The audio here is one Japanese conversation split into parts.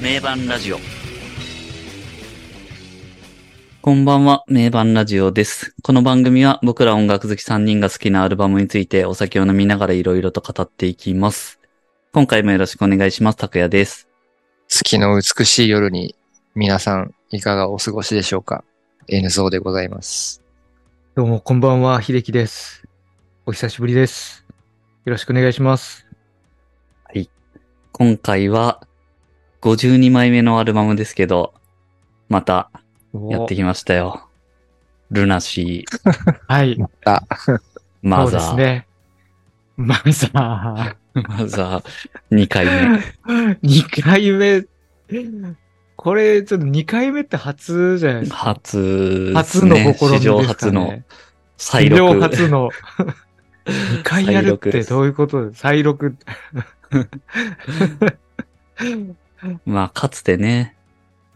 名盤ラジオ。こんばんは、名盤ラジオです。この番組は僕ら音楽好き3人が好きなアルバムについてお酒を飲みながらいろいろと語っていきます。今回もよろしくお願いします。拓也です。月の美しい夜に皆さんいかがお過ごしでしょうか ?N ゾーでございます。どうも、こんばんは、秀樹です。お久しぶりです。よろしくお願いします。今回は52枚目のアルバムですけど、またやってきましたよ。ルナシー、はい、マそザうですー、ね。マザマザー2回 目。ー。2回目。これ、ちょっと2回目って初じゃないですか。初です初ね、の試みですか、ね。史上初の再史上録。初の。2回やるっ 再録でてすどういうことです再録。まあ、かつてね、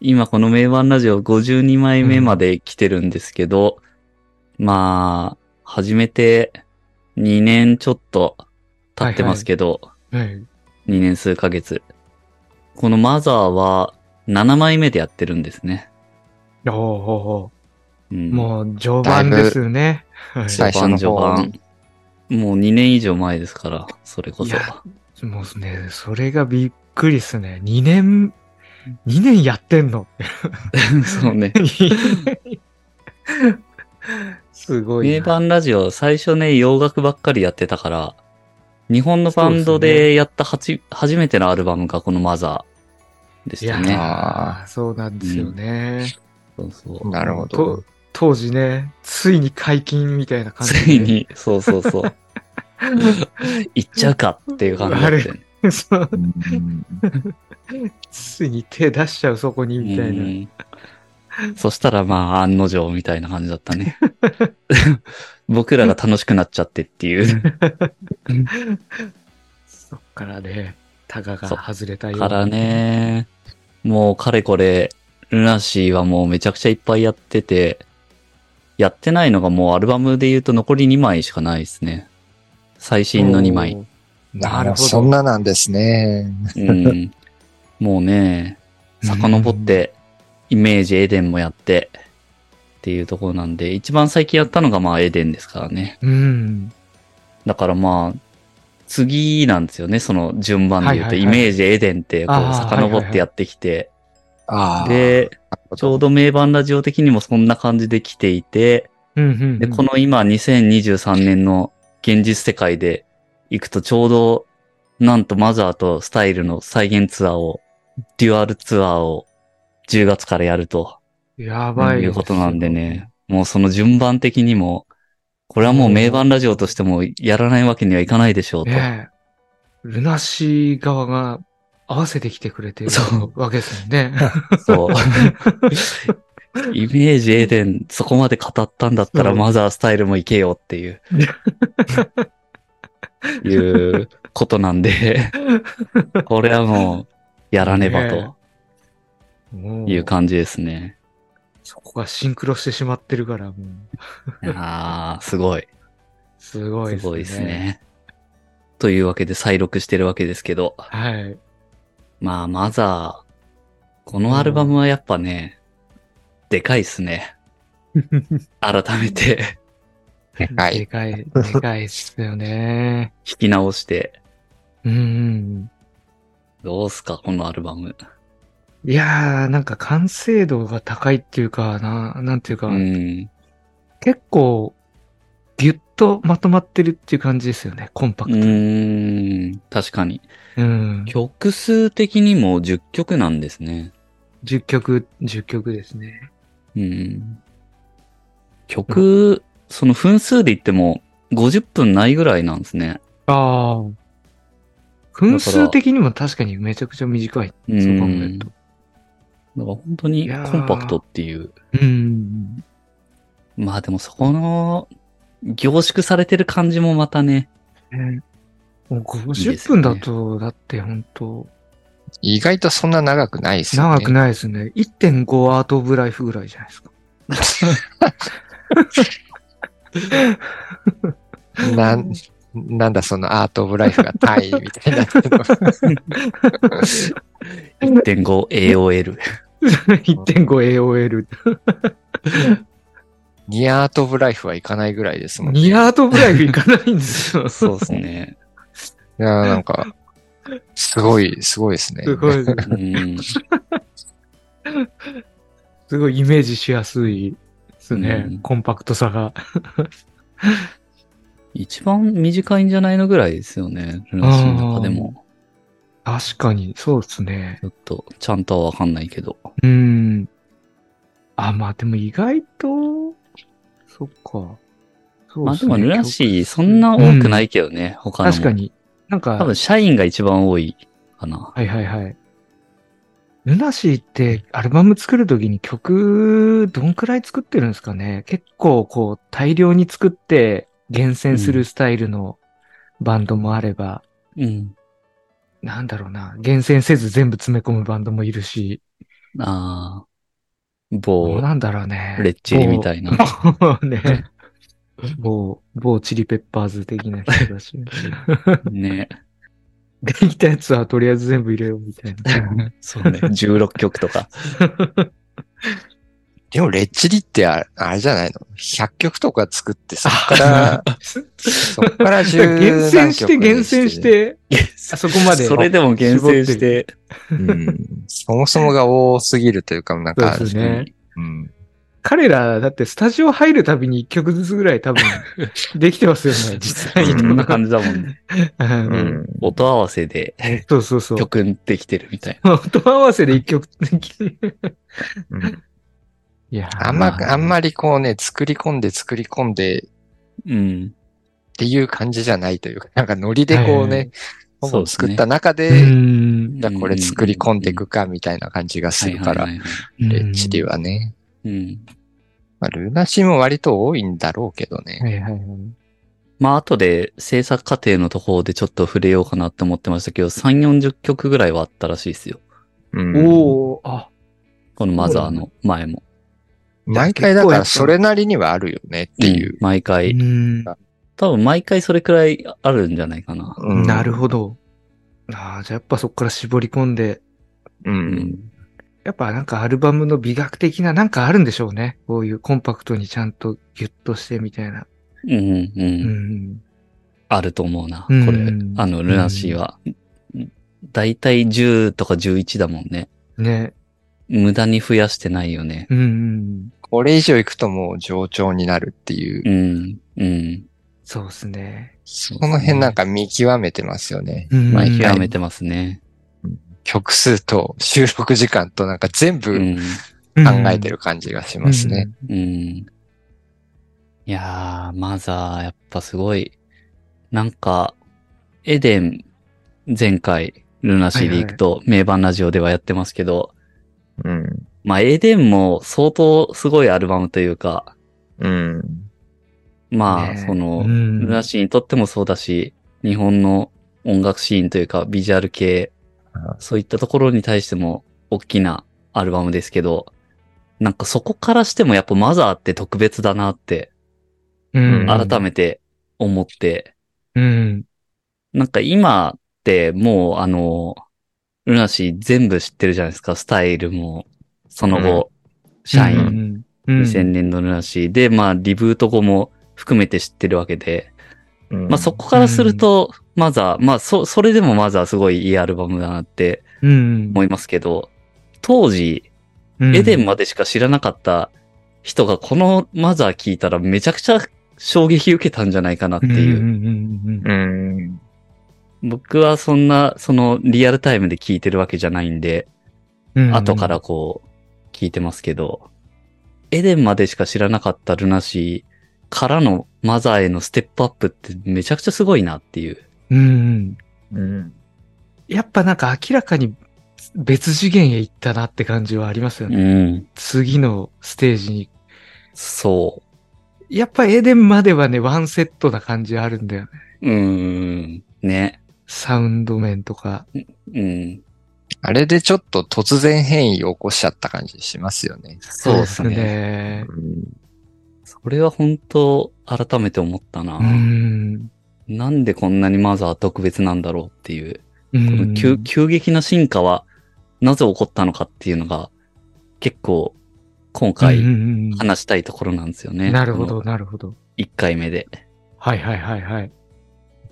今この名盤ラジオ52枚目まで来てるんですけど、まあ、始めて2年ちょっと経ってますけど、はい。 2年数ヶ月。このマザーは7枚目でやってるんですね。おうおうおうんうもう、序盤ですね。はい最初の序方盤に序盤。もう2年以上前ですから、それこいそ。やもうね、それがびっくりっすね。2年、2年やってんの そうね。 すごい名な。盤ラジオ、最初ね、洋楽ばっかりやってたから、日本のバンドでやったはち、初めてのアルバムがこのマザーでしたいね。やああそうなんですよね。そうそあ、う。なるほどと。当時ね、ついに解禁みたいな感じで。ついに、そうそう そう。行っちゃうかっていう感じだったよね そううんついに手出しちゃう、そこに、みたいな。うんそしたらまあ、案の定みたいな感じだった ね。僕らが楽しくなっちゃってっていう。そっからね、タガがそう外れたようかなら。ね、もうかれこれ、ルナシーはもうめちゃくちゃいっぱいやってて、やってないのがもうアルバムで言うと残り2枚しかないですね。最新の2枚。おー。なるほど。そんななんですね。うん、もうね、遡って、イメージエデンもやって、っていうところなんで、一番最近やったのがまあエデンですからね。うん。だからまあ、次なんですよね、その順番で言うと。はいはいはいイメージエデンってこうあー遡ってやってきて、ああ。で、ちょうど名盤ラジオ的にもそんな感じで来ていて、うんうんうん。で、この今2023年の現実世界で行くとちょうど、なんとマザーとスタイルの再現ツアーを、デュアルツアーを10月からやるとやばい。いうことなんで。ね、もうその順番的にも、これはもう名盤ラジオとしてもやらないわけにはいかないでしょうと。ねえ。ルナシー側が合わせてきてくれてるそわけですよね。 そう。イメージエデン、そこまで語ったんだったら、そうマザースタイルもいけよっていう、いうことなんで、これはもう、やらねばともいう感じですね。そこがシンクロしてしまってるから、もう。ああ、すごい。すごすいですね。ごいです。ね。というわけで、再録してるわけですけど、はい。まあ、マザー、このアルバムはやっぱね、でかいっすね。改めて。 でかでい。かい、でかいっすよね。聞き直して、うん。どうすか、このアルバム。いやー、なんか完成度が高いっていうか、な、なんていうか、うん。結構、ぎゅっとまとまってるっていう感じですよね、コンパうクトに。ーん、確かに。うん。曲数的にも10曲なんですね。 10曲、10曲ですね。うん。曲、その分数で言っても50分ないぐらいなんですね。ああ。分数的にも確かにめちゃくちゃ短い。うんそう考えると。だから本当にいコやーンパクトっていう。うん。まあでもそこの凝縮されてる感じもまたね。ねもういいで50すよね分だと、だって本当意外とそんな長くないですよね。長くないですね。1.5アートオブライフぐらいじゃない ですか。なん、なんだそのアートオブライフがタイみたいな。 1.5AOL。 1.5AOL。 ニアートオブライフはいかないぐらいですもんね。ニアートぐらいいかないんです よ。そうですね。いやーなんか、すごい、すごいですね。すごい、うん。すごいイメージしやすいですね。うんコンパクトさが。一番短いんじゃないのぐらいですよね。ルナシーの中でも。確かに、そうですね。ちょっと、ちゃんとはわかんないけど。うん。あ、まあでも意外と、そっか。そうまあっすでねも、ルナシー、そんな多くないけどね、他のも。確かに。なん多か分、、社員が一番多いかな。はいはいはい。ルナシーってアルバム作るときに曲どんくらい作ってるんですかね結構こう大量に作って厳選するスタイルのバンドもあれば、うん。なんだろうな、厳選せず全部詰め込むバンドもいるし、ああ。も某う、なんだろうね。レッチリみたいな。もうね。某、某チリペッパーズ的な人だし。ね。できたやつはとりあえず全部入れようみたいな。そう ね。16曲とか。でも、レッチリってあれあれじゃないの ?100 曲とか作って、そっから、そっから10何曲 に厳選して、厳選し。て、あそこまで。それでも厳選し。絞ってうん。そもそもが多すぎるというか、なんか、そうですね。うん。彼ら、だってスタジオ入るたびに1曲ずつぐら い多分、できてますよね、実際うに。んこんな感じだもんね。ううんん。音合わせでそうそうそう。曲できてるみたい音合わせで1曲。うんいやーあんま、あんまりこうね、作り込んで作り込んでっな。うん。ていう感じじゃないというか、なんかノリでこうはいね、ほぼ作った中うで、ん。じゃあこれ作り込んでいくかみたいな感じがするから、はいはいはいはレッチリはね。いうん。まあ、ルナシーも割と多いんだろうけどね。はいはいはい。まあ、後で制作過程のところでちょっと触れようかなって思ってましたけど、3、40曲ぐらいはあったらしいですよ。うんおー、あ、このマザーの前も。毎回だからそれなりにはあるよねっていんう。毎う回。ん。多分毎回それくらいあるんじゃないかな。うんなるほど。ああ、じゃあやっぱそこから絞り込んで、うう。んん。やっぱなんかアルバムの美学的ななんかあるんでしょうね。こういうコンパクトにちゃんとギュッとしてみたいな。うん、う。うんん。あると思うな、こうれん。あの、ルナシーは。だいたい10とか11だもんね。ね。無駄に増やしてないよね。うんうん。これ以上行くともう上調になるっていうう。ん、うん。そうですね。その辺なんか見極めてますよね。うんまあ、毎回極めてますね。曲数と収録時間となんか全う部ん。考えてる感じがしますね。。うん。いやー、マザー、やっぱすごい。なんか、エデン、前回、ルナシーで行くと、名盤ラジオではやってますけど、うん。まあ、エデンも相当すごいアルバムというか、うん。まあ、ねその、うんルナシーにとってもそうだし、日本の音楽シーンというか、ビジュアル系うん、そういったところに対しても、大きなアルバムですけど、なんかそこからしてもやっぱマザーって特別だなって、うん。改めて思って、うん。なんか今ってもうあの、ルナシー全部知ってるじゃないですか、スタイルも、その後、社員、員。うん。 2000年のルナシーで、まあリブート後も含めて知ってるわけで、うんまあそこからすると、マザー、まあそ、それでもマザーすごいいいアルバムだなってうん。思いますけど、当時、エデンまでしか知らなかった人がこのマザー聞いたらめちゃくちゃ衝撃受けたんじゃないかなっていう。うん。うん。僕はそんな、そのリアルタイムで聞いてるわけじゃないんで、後か。らこう聞いてますけど、エデンまでしか知らなかったルナシーからのマザーへのステップアップってめちゃくちゃすごいなっていう。うん。うん。やっぱなんか明らかに別次元へ行ったなって感じはありますようね。ん。次のステージに。そう。やっぱエデンまではね、ワンセットな感じあるんだよね。うーん。ね。サウンド面とか。うん。あれでちょっと突然変異を起こしちゃった感じしますよね。そうですそうでね。すね。それは本当、改めて思ったな。うん。なんでこんなにマザー特別なんだろうっていう。こうのん急急激な進化はなぜ起こったのかっていうのが、結構、今うん回うんうん話したいところなんですよね。なるほこど、の。なるほど。 1回目で。はいはいはいはい。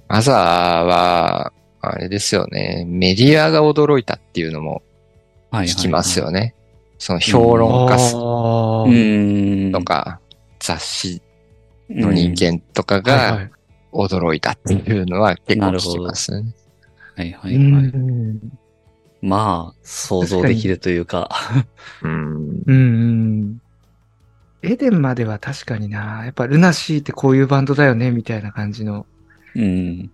朝は、あれですよね。メディアが驚いたっていうのもはいはいはい聞きますよね。その評論家あうーーん。とか、雑誌うのん人間とかはいが驚いたっていうのは結構聞きますね。はいははいいはい。うんうんまあ、想像できるというか。うん。うんうん。エデンまでは確かにな。やっぱルナシーってこういうバンドだよね、みたいな感じのうん。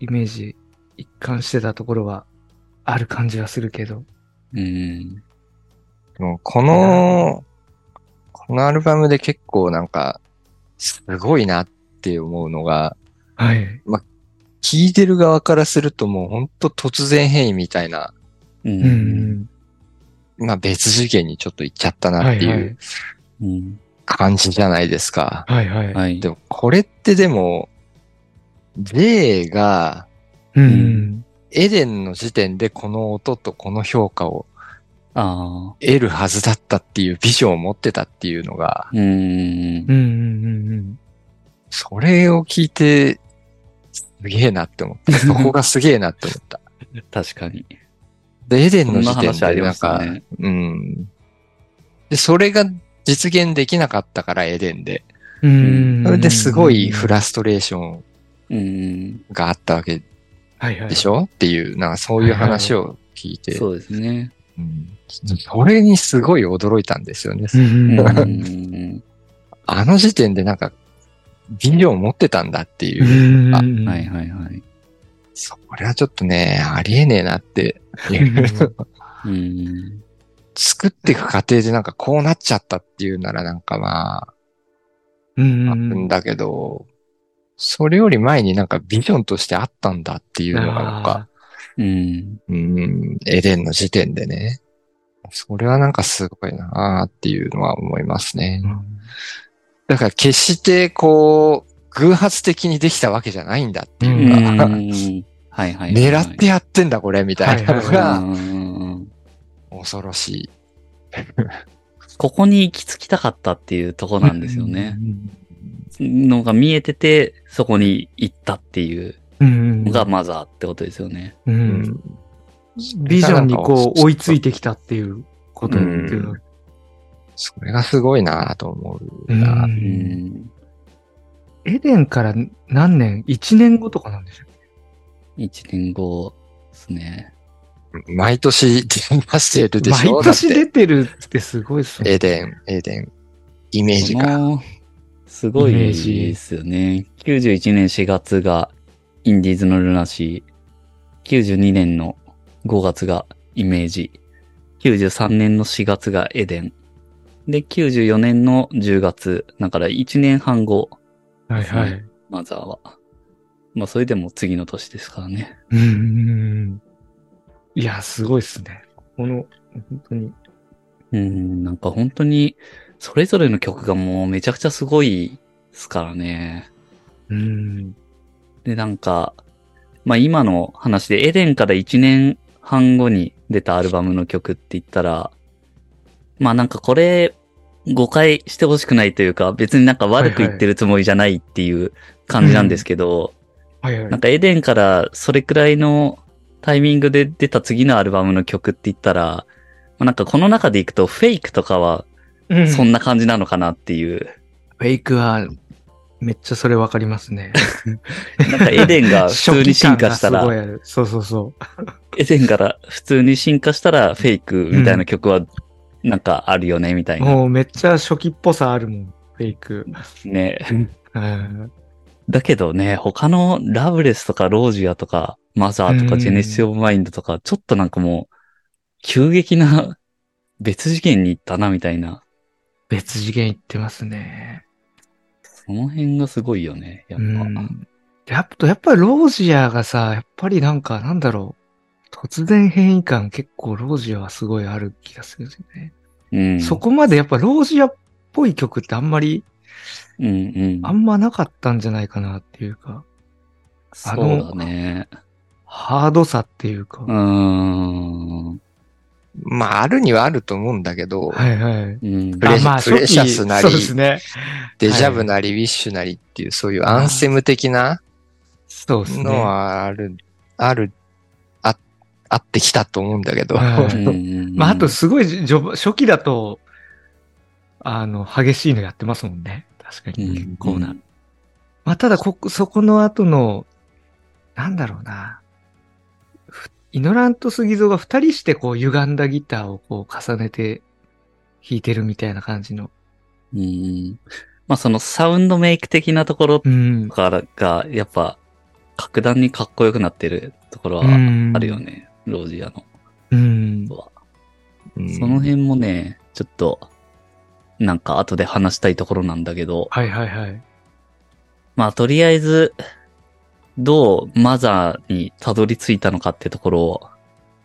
イメージ、一貫してたところはある感じはするけど。うん。もうこの、このアルバムで結構なんか、すごいなって思うのが、はい。聞いてる側からするともうほんと突然変異みたいな、う。うんんまあ別次元にちょっと行っちゃったうん。なはっていいはうい。うん。感じじゃないですか。はいはい。はい。でもこれってでも、J がうん。エデンの時点でこの音とこの評価をああ。得るはずだったっていうビジョンを持ってたっていうのが、うんうんう。んうんうん。それを聞いて、すげえなって思った。そこがすげえなって思った。確かに。で、エデンそのんな時点話あでりなまんしか、たね。うん。で、それが実現できなかったから、エデンで。うん。それですごいフラストレーションうん。があったわけはいはい。でしょ、っていう、なんかそういう話を聞いて、そうですね。うんそれにすごい驚いたんですよね。うんううんん。あの時点でなんか、ビデオ持ってたんだっていうう。ん。あうんはいはいはい。それはちょっとね、ありえねえなって。うん。作っていく過程でなんかこうなっちゃったっていうならなんかまあ、うんあるうんんだけど、それより前になんかビジョンとしてあったんだっていうのがなんか、うん。うん、エデンの時点でね。それはなんかすごいなーっていうのは思いますねあー。うんだから決してこう、偶発的にできたわけじゃないんだってういうか、ん。はいはい。狙ってやってんだこれみたいなのがうん恐ろしい。ここに行き着きたかったっていうとこなんですよね。。のが見えてて、そこに行ったっていううん。のがマザーってことですよね。う。うんんビジョンにこう追いついてきたっていうことっていうの。それがすごいなと思ううな。うんん。エデンから何年 ?1 年後とかなんでしょ一年後ですね。毎年出してるでしょ毎年だっ出てるってすごいっすてエね。デン、エデン。イメージこか。のすごいイメージですよね。91年4月がインディーズのルナシー、92年の5月がイメージ、93年の4月がエデン、で、94年の10月、だから1年半後、はいはい。マザーは。まあ、それでも次の年ですからね。うんうんうん。いや、すごいっすね。この、本当に。うん、なんか本当に、それぞれの曲がもうめちゃくちゃすごいですからね。うん。で、なんか、まあ今の話で、エデンから1年半後に出たアルバムの曲って言ったら、まあなんかこれ、誤解してほしくないというか、別になんか悪く言ってるつもりじゃないっていう感じなんですけど、はいはないん。かエデンからそれくらいのタイミングで出た次のアルバムの曲って言ったら、まあなんかこの中でいくとフェイクとかはうんそんな感じなのかなっていう。フェイクは、めっちゃそれわかりますね。なんかエデンが普通に進化したら初期感がすご、いあるそうそうそう。以前から普通に進化したらフェイクみたいな曲はなんかあるよねみたいな、もうめっちゃ初期っぽさあるもん、フェイク。ね。うんだけどね、他のラブレスとかロージアとかマザーとうかんジェネシス・オブ・マインドとかちょっとなんかもう急激な別次元に行ったなみたいな。別次元いってますね。その辺がすごいよね、やっうぱ。ん。やっぱ、やっぱりロージアがさ、やっぱりなんか、なんだろう。突然変異感結構ロージアはすごいある気がするんですよね。うん。そこまでやっぱロージアっぽい曲ってあんまり、うんうん。あんまなかったんじゃないかなっていうか、そうだね。ハードさっていうか、うーん。まあ、あるにはあると思うんだけど、はいはい。うんプレあまあ、プレシャスなり初期そうですね。デジャブなり、ウィッシュなりっていう、そういうアンセム的なそうですね。のはある、ある、あ、あってきたと思うんだけど、はいうんまあ、あとすごい序盤、初期だと、あの、激しいのやってますもんね。確かうに。ん結構な。うんまあ、ただ、ここ、そこの後の、なんだろうな。ふイノラントスギゾが二人してこう歪んだギターをこう重ねて弾いてるみたいな感じの。うんまあそのサウンドメイク的なところとうん。かが、やっぱ、格段にかっこよくなってるところはああるよ。ね。ロージアの。うん。うんその辺もね、ちょっと、なんか後で話したいところなんだけど、はいはいはい。まあとりあえず、どうマザーにたどり着いたのかってところを、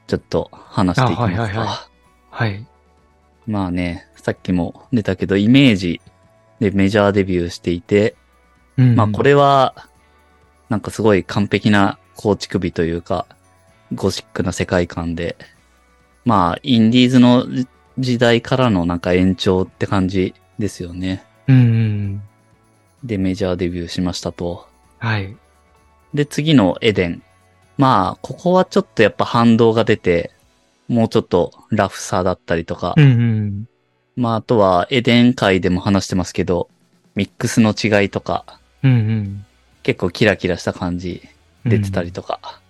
ちょっと話していきますか。あはいはいははい。まあね、さっきも出たけど、イメージでメジャーデビューしていて、うんまあこ。れは、なんかすごい完璧な構築美というか、ゴシックな世界観で、まあインディーズの時時代からのなんか延長って感じですよね。うん。で、メジャーデビューしましたと。はい。で、次のエデン。まあ、ここはちょっとやっぱ反動が出て、もうちょっとラフさだったりとか、うんうん。まああとはエデン界でも話してますけど、ミックスの違いとか、うんうん。結構キラキラした感じうん出てたり。とか。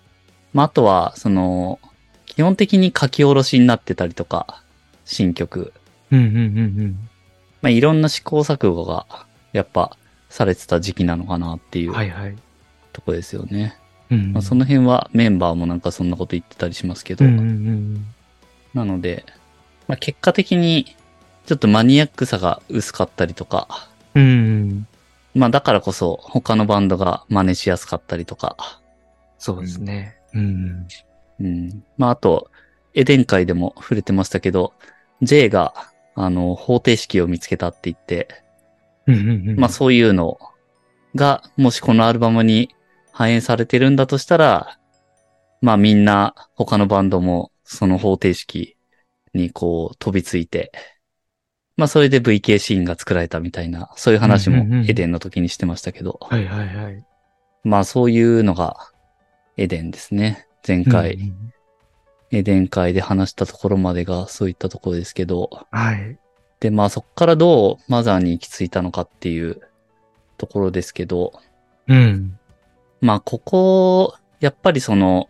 まあ、あとは、その、基本的に書き下ろしになってたりとか、新曲。うんうんうんまあ、いろんな試行錯誤が、やっぱ、されてた時期なのかなっていうん。うはいはい。とこですよね。うんまあ、その辺はメンバーもなんかそんなこと言ってたりしますけど、うんうんうん。なので、まあ、結果的に、ちょっとマニアックさが薄かったりとか、うん。まあだからこそ他のバンドが真似しやすかったりとか、そうですね。うん。うん。まあ、あと、エデン界でも触れてましたけど、J が、あの、方程式を見つけたって言って、まあ、そういうのが、もしこのアルバムに反映されてるんだとしたら、まあ、みんな、他のバンドも、その方程式にこう、飛びついて、まあ、それで VK シーンが作られたみたいな、そういう話うんうんうもんエデンの時にしてましたけど、はいはいはい。まあ、そういうのが、エデンですね。前回。うんうんエデン会で話したところまでがそういったところですけど、はい。で、まあそこからどうマザーに行き着いたのかっていうところですけど、うん。まあここ、やっぱりその、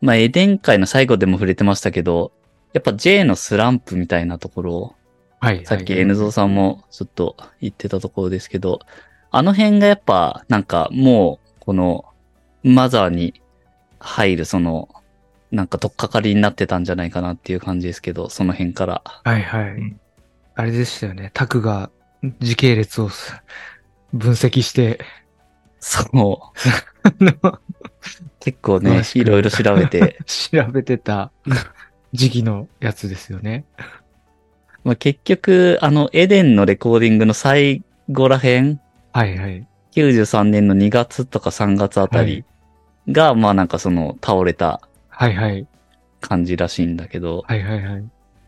まあエデン会の最後でも触れてましたけど、やっぱ J のスランプみたいなところ、はいはい。さっき N ゾーさんもちょっと言ってたところですけど、あの辺がやっぱなんかもうこのマザーに入るそのなんか取っかかりになってたんじゃないかなっていう感じですけど、その辺から。はいはうんい。あれでしたよね。タクが時系列をす分析して、 そう。あの結構詳ねし、くいろいろ調べ て、調べてた時期のやつですよね。まあ、結局あのエデンのレコーディングの最後ら辺、はいはい。 93年の2月とか3月あたりが、まあなんかその倒れたはいはい。感じらしいんだけど、はいはいはい。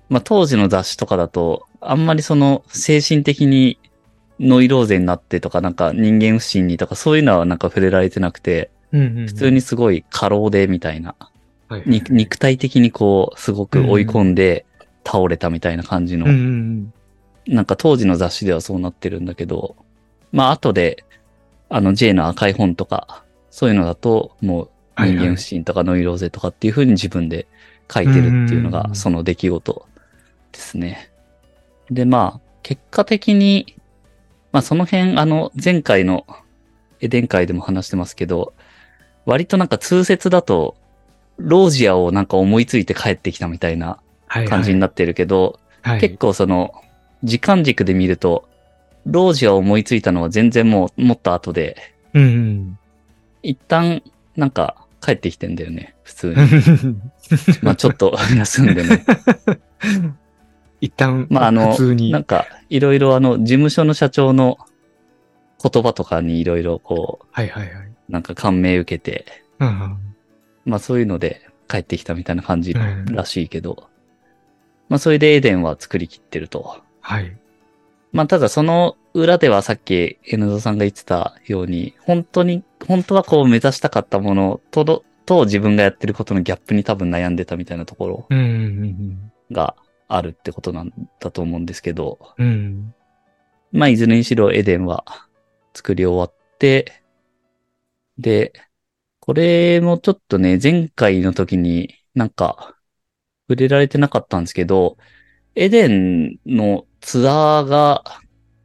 まあ、当時の雑誌とかだと、あんまりその精神的にノイローゼになってとか、なんか人間不信にとか、そういうのはなんか触れられてなくて、うんうん。普通にすごい過労でみたいな、はいはい、に肉体的にこう、すごく追い込んで倒れたみたいな感じの、うんうんうん。なんか当時の雑誌ではそうなってるんだけど、まあ後で、あの J の赤い本とか、そういうのだと、もう人間不信とかノイローゼとかっていう風に自分で書いてるっていうのうんうんうがんその出来事ですね。で、まあ、結果的に、まあその辺、あの前回のエデン会でも話してますけど、割となんか通説だと、ロージアをなんか思いついて帰ってきたみたいなはいはい感じになってるけど、はい結構その、時間軸で見ると、ロージを思いついたのは全然もう、もっと後で、うんうん。一旦、なんか、帰ってきてんだよね、普通に。 まあちょっと。 と休んでね。一旦、まああの普通に。なんか、いろいろあの、事務所の社長の言葉とかにいろいろこはいはいはい。う、なんか感銘受けて、うんうんまあそういうので帰ってきたみたいな感じうんらしいけど、まあ、それでエデンは作りきってると。はい。まあ、ただその裏ではさっき、江野さんが言ってたように、本当に、本当はこう目指したかったものとど、と自分がやってることのギャップに多分悩んでたみたいなところうんうんがあるってことなんだと思うんですけど、うん。うん。まあ、いずれにしろエデンは作り終わって、で、これもちょっとね、前回の時になんか触れられてなかったんですけど、エデンのツアーが、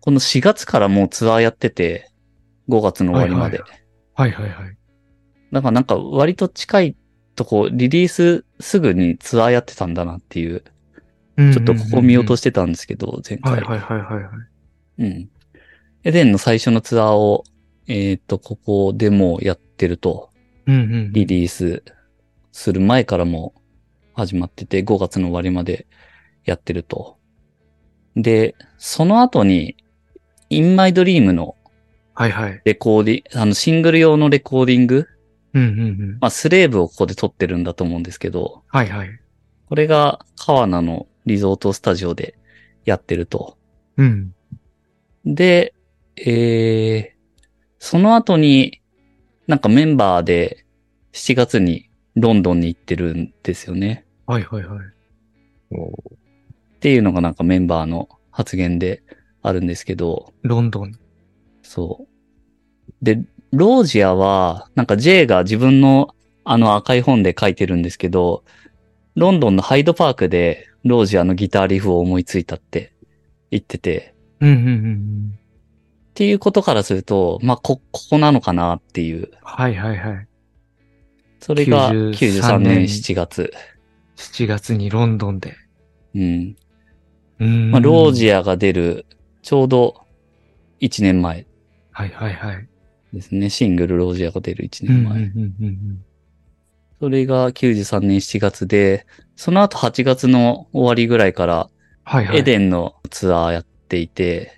この4月からもうツアーやってて、5月の終わりまで。ははいはいはい。だからなんか割と近いとこ、リリースすぐにツアーやってたんだなっていう、ちょっとここ見落とししてたんですけど、前はい回。はいはいはいはい。うん。エデンの最初のツアーを、えっ、と、ここでもうやってると、うんうん。リリースする前からも始まってて、5月の終わりまでやってると。で、その後に、In My Dream のはいはい。レコーディ、あの、シングル用のレコーディング、うんうんうん。まあ、スレーブをここで撮ってるんだと思うんですけど、はいはい。これが川名のリゾートスタジオでやってると。うん。で、えー、その後に、なんかメンバーで7月にロンドンに行ってるんですよね。はいはいはい。もっていうのがなんかメンバーの発言であるんですけど、ロンドン。そう。で、ロージアは、なんか J が自分のあの赤い本で書いてるんですけど、ロンドンのハイドパークでロージアのギターリフを思いついたって言ってて、うんうんうんうん。っていうことからすると、まあ、こ、ここなのかなっていうはいはいはい。それが93 93年年7月。 7月にロンドンで。うん。うんまあ、ロー。ジアが出る、ちょうど1年前はいはいはい。ですね。シングルロージアが出る1うんうん年前。うんうんそれが93年7月で、その後8月の終わりぐらいから、はいはい。エデンのツアーやっていて、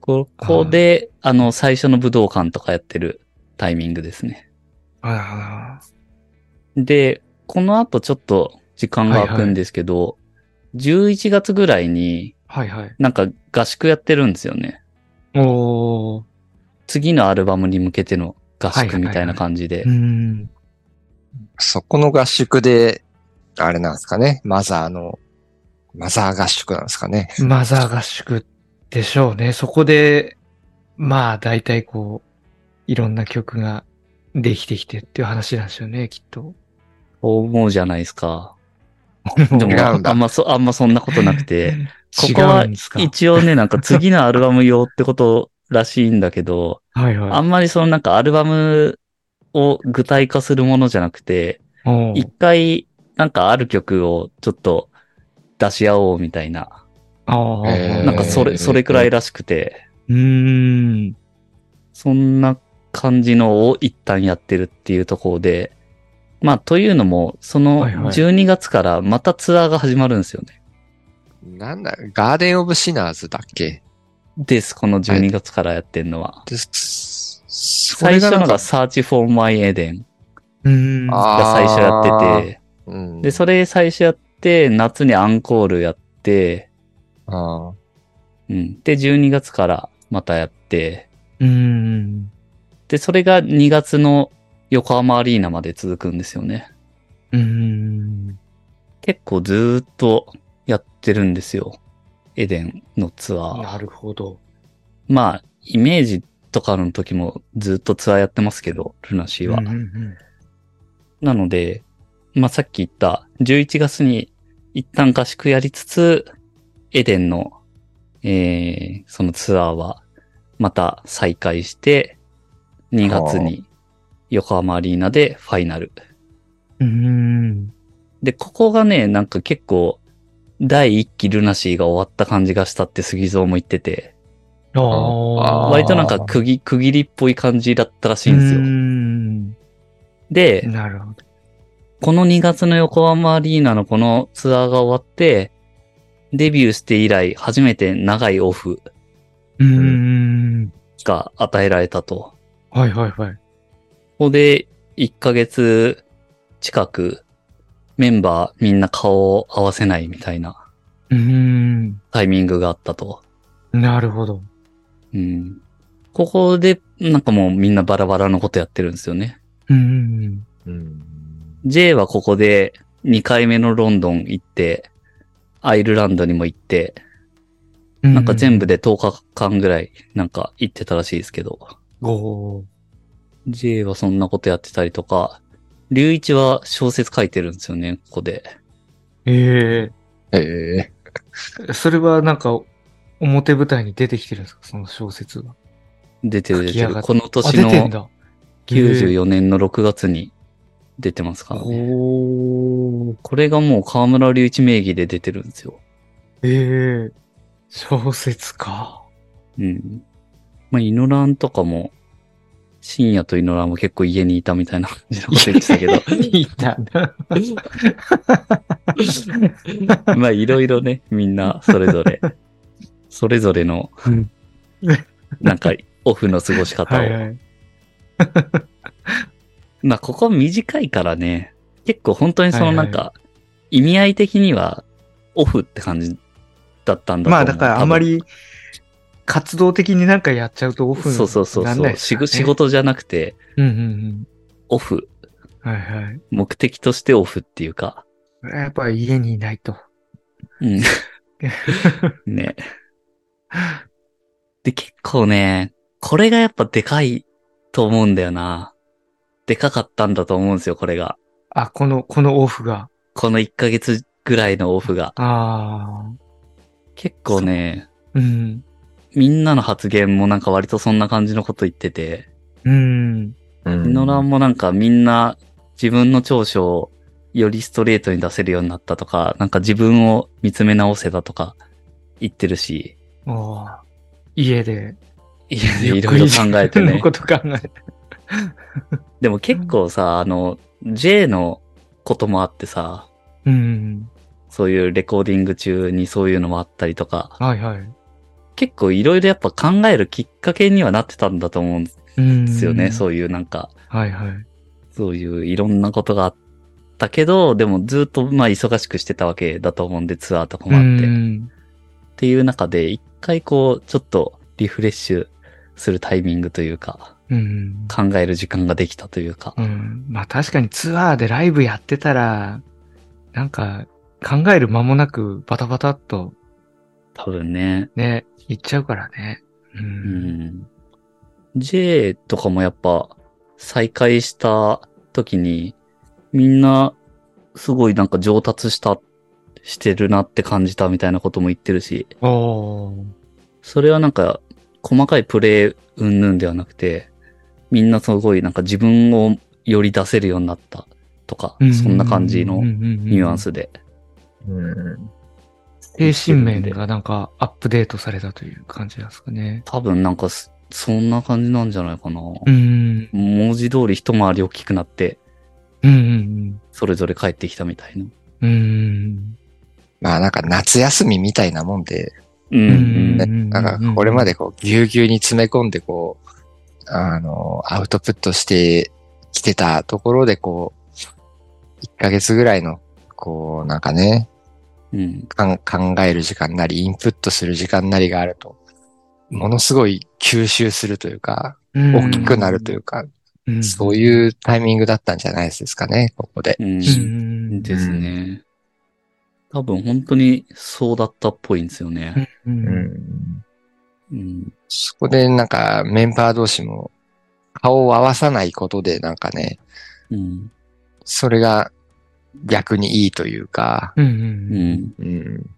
ここで、あの、最初の武道館とかやってるタイミングですね。ああ。で、この後ちょっと時間が空くんですけど、11月ぐらいにはいはい。なんか合宿やってるんですよね。おー。次のアルバムに向けての合宿みたいな感じでう。ん。う、そこの合宿で、あれなんですかね。マザーの、マザー合宿なんですかね。マザー合宿でしょうね。そこで、まあ大体こう、いろんな曲ができてきてっていう話なんですよね、きっと。そう思うじゃないですか。でも、違あうんだあんまそ、あんまそんなことなくて。ここ違はうんですか一応ね、なんか次のアルバム用ってことらしいんだけど、はいはい。あんまりそのなんかアルバムを具体化するものじゃなくて、おー一回なんかある曲をちょっと出し合おうみたいな、ああ、えーなんかそれ、それくらいらしくて、うーん。そんな感じのを一旦やってるっていうところで、まあというのも、そのはいはい12月からまたツアーが始まるんですよね。なんだ、ガーデンオブシナーズだっけです、この12月からやってんのは。でそ最れが初なのんかが Search for My Eden うーん。あが最初やってて、うんで、それ最初やって、夏にアンコールやって、あーうん。で、12月からまたやって、うーん。で、それが2月の横浜アリーナまで続くんですよね。うーん。結構ずーっとやってるんですよ。エデンのツアー。なるほど。まあ、イメージとかの時もずっとツアーやってますけど、ルナシーは。うんうんうんなので、まあさっき言った11月に一旦合宿やりつつ、エデンの、えー、そのツアーはまた再開して、2月に横浜アリーナでファイナル。うーん。で、ここがね、なんか結構、第1期ルナシーが終わった感じがしたって杉蔵も言ってて、ああー割となんか区切区切りっぽい感じだったらしいんですよ。よ。で、なるほど。この2月の横浜アリーナのこのツアーが終わって、デビューして以来初めて長いオフうーん。が与えられたと。はいはいはい。ここで1ヶ月近くメンバーみんな顔を合わせないみたいなうーん。タイミングがあったと。なるほど。うん。ここで、なんかもうみんなバラバラのことやってるんですよね。うんうんうん。うん。 J はここで2回目のロンドン行って、アイルランドにも行って、ななんか全部で10日間ぐらいなんか行ってたらしいですけど、おー J はそんなことやってたりとか、龍一は小説書いてるんですよね、ここで。ええええそれはなんか、表舞台に出てきてるんですかその小説が。出てる出て書き上がる。っこのあ、年出てんのだ。 94年の6月に出てますからね。おーこれがもう河村隆一名義で出てるんですよ。ええ小説 か。うん。まあ、イノランとかも、深夜とイノランも結構家にいたみたいな感じのこと言ってたけど、いたな。 まあいろいろね、みんなそれぞ れ、それぞれのうん、なんかオフの過ごし方を。はいはい。まあここ短いからね、結構本当にそのはいはないんか、意味合い的にはオフって感じだったんだと思う。 まあだからあんま多分、り活動的になんかやっちゃうとオフにそうそうそうなんそ、ないうです仕からね事仕。事じゃなくて、うんうんオフ、うん。はいはい。目的としてオフっていうか、やっぱり家にいないと。うん。ね。で、結構ね、これがやっぱでかいと思うんだよな。でかかったんだと思うんですよ、これが。あ、この、このオフが。この1ヶ月ぐらいのオフが。ああ。結構ね、うん。みんなの発言もなんか割とそんな感じのこと言ってて、うん。うん野良もなんかみんな自分の長所をよりストレートに出せるようになったとか、なんか自分を見つめ直せたとか言ってるし、おー家で。いろいろ考えて自分の ね。こと考えて。でも結構さ、あの、J のこともあってさ、うん。そういうレコーディング中にそういうのもあったりとか、はいはい。結構いろいろやっぱ考えるきっかけにはなってたんだと思うんでうん。すよね。そういうなんか、はいはい。そういういろんなことがあったけど、でもずっとまあ忙しくしてたわけだと思うんで、ツアーとかもあって。うっん。ていう中で、一回こう、ちょっとリフレッシュするタイミングというか、うん。考える時間ができたというかう、ん。まあ確かにツアーでライブやってたら、なんか考える間もなくバタバタっと多分ね、ね、行っちゃうからね。う。うんん J とかもやっぱ再開した時にみんなすごいなんか上達した、してるなって感じたみたいなことも言ってるし、おーそれはなんか細かいプレイ云々ではなくて、みんなすごいなんか自分をより出せるようになったとか、そんな感じのニニュアン。スで。うん。精神面がなんかアップデートされたという感じなんですかね。多分なんかそそんな感じなんじゃないかな。うん。文字通り一回り大きくなって、うんうんそれぞれ帰ってきたみたいな。うん。うん。まあなんか夏休みみたいなもんで、うんうんね、うんうんうんうんなんかこれまでこうぎゅうぎゅうに詰め込んでこう、あの、アウトプットしてきてたところでこう、1ヶ月ぐらいの、こうなんかね、うん。かん考える時間なり、インプットする時間なりがあると、ものすごい吸収するというか、うん大きくなるというか、うんそういうタイミングだったんじゃないですかね、ここで。うん。うんですね。多分本当にそうだったっぽいんですよね。うんうんうん。そこでなんかメンバー同士も顔を合わさないことでなんかね、うん。それが逆にいいというか、うんううんん。うん、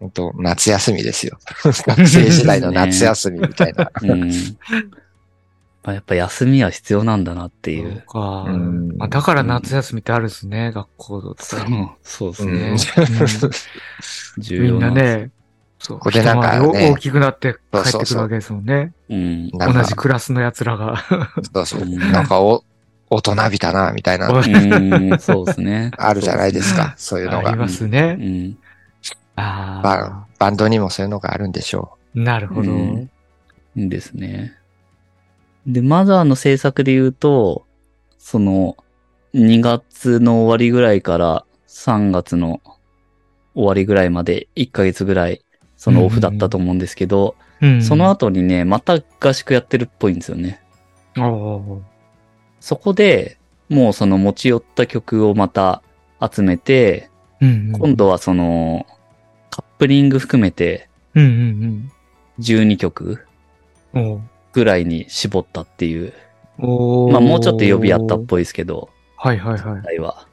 本当夏休みですよ。学生時代の夏休みみたいな。うん。まあやっぱ休みは必要なんだなっていそうう。かうん。あだから夏休みってあるんですね、学校とそか。う、そうですうねん。重みん要なな。ね、そう。ここでなんかね一回り大きくなって帰ってくるわけですもんね。うん。なんか同じクラスの奴らが。そうそうう。んなんかお、大人びたな、みたいな、うん、そうですね。あるじゃないですか、そういうの ありが。ますそうね。ですね。あまあ。あ、バンドにもそういうのがあるんでしょなるほど。うんうん。ですね。で、マザーの制作で言うと、その、2月の終わりぐらいから3月の終わりぐらいまで1ヶ月ぐらい、そのオフだったと思うんですけど、うんその後にね、また合宿やってるっぽいんですよね。おーそこで、もうその持ち寄った曲をまた集めて、うんうん今度はその、カップリング含めてうんうん12曲うん。おーぐらいに絞ったっていう、おーまあもうちょっと予備あったっぽいですけど、はいはいはい。題は。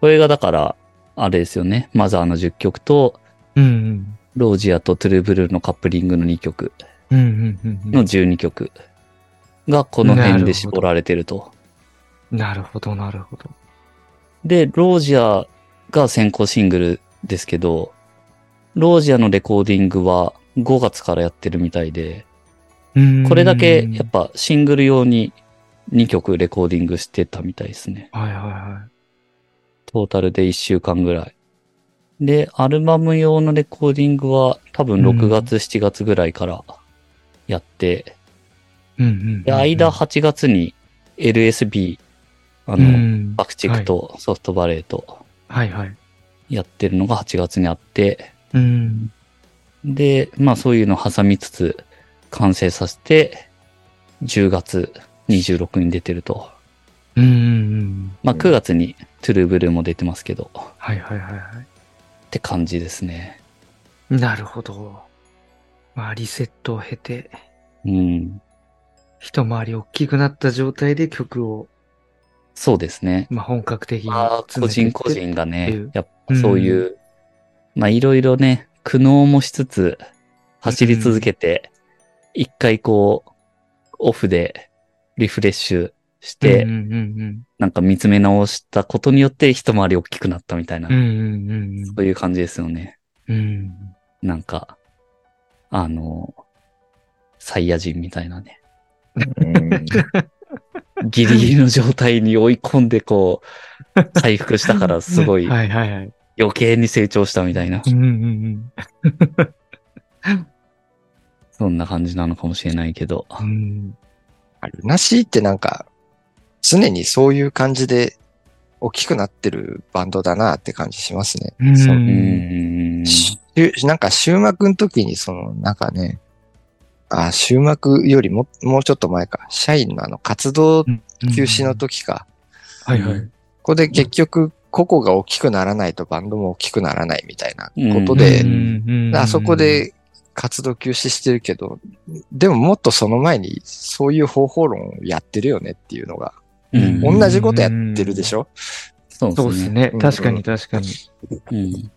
これがだから、あれですよね。マザーの10曲と、うんうん。ロージアとトゥルーブルーのカップリングの2曲うんうんうんうの12曲がこの辺で絞られてると。ん。なるほどなるほど。で、ロージアが先行シングルですけど、ロージアのレコーディングは5月からやってるみたいで、うんこれだけやっぱシングル用に2曲レコーディングしてたみたいですね。はいはいはトータルで1週間ぐらい。で、アルバム用のレコーディングは多分6月、7月ぐらいからやって、い。うんうんうんうん。で、間8月に LSB、あうの、ん爆竹とソフトバレーとはいはい。やってるのが8月にあって、うん。で、まあそういうの挟みつつ完成させて、10月26に出てると。うんうんうん。まあ9月にトゥルーブルーも出てますけど、っはいはいはいはて感じですね。い。なるほど。まあリセットを経て、うん。一回り大きくなった状態で曲を、そうですね。まあ本格的にまあ、個詰めてっ人個て人がっていねう、やっぱそういう、まあいろいろね、苦悩もしつつ、走り続けて、一、回こう、オフでリフレッシュして、うんうんなんか見つめ直したことによって一回り大きくなったみたいな、うん。うんうんうんそういう感じですよね。うん。うん。なんか、あの、サイヤ人みたいな ね。うんギリギリの状態に追い込んでこ う、回復したからすごいはいはいはい。余計に成長したみたいなう。んうんうん。そんな感じなのかもしれないけど。うんあれなしってなんか、常にそういう感じで大きくなってるバンドだなって感じしますね。うんそううーん。しなんか終幕の時にその、なんかね、あ、終幕よりも、もうちょっと前か、社員のあの活動休止の。時か、はいはい。ここで結局個々が大きくならないとバンドも大きくならないみたいなことうで、んであそこ、で活動休止してるけど、でももっとその前にそういう方法論をやってるよねっていうのが、うん同じことやってるでしょそうそでうですすね。ねうん。確かに確かに。うん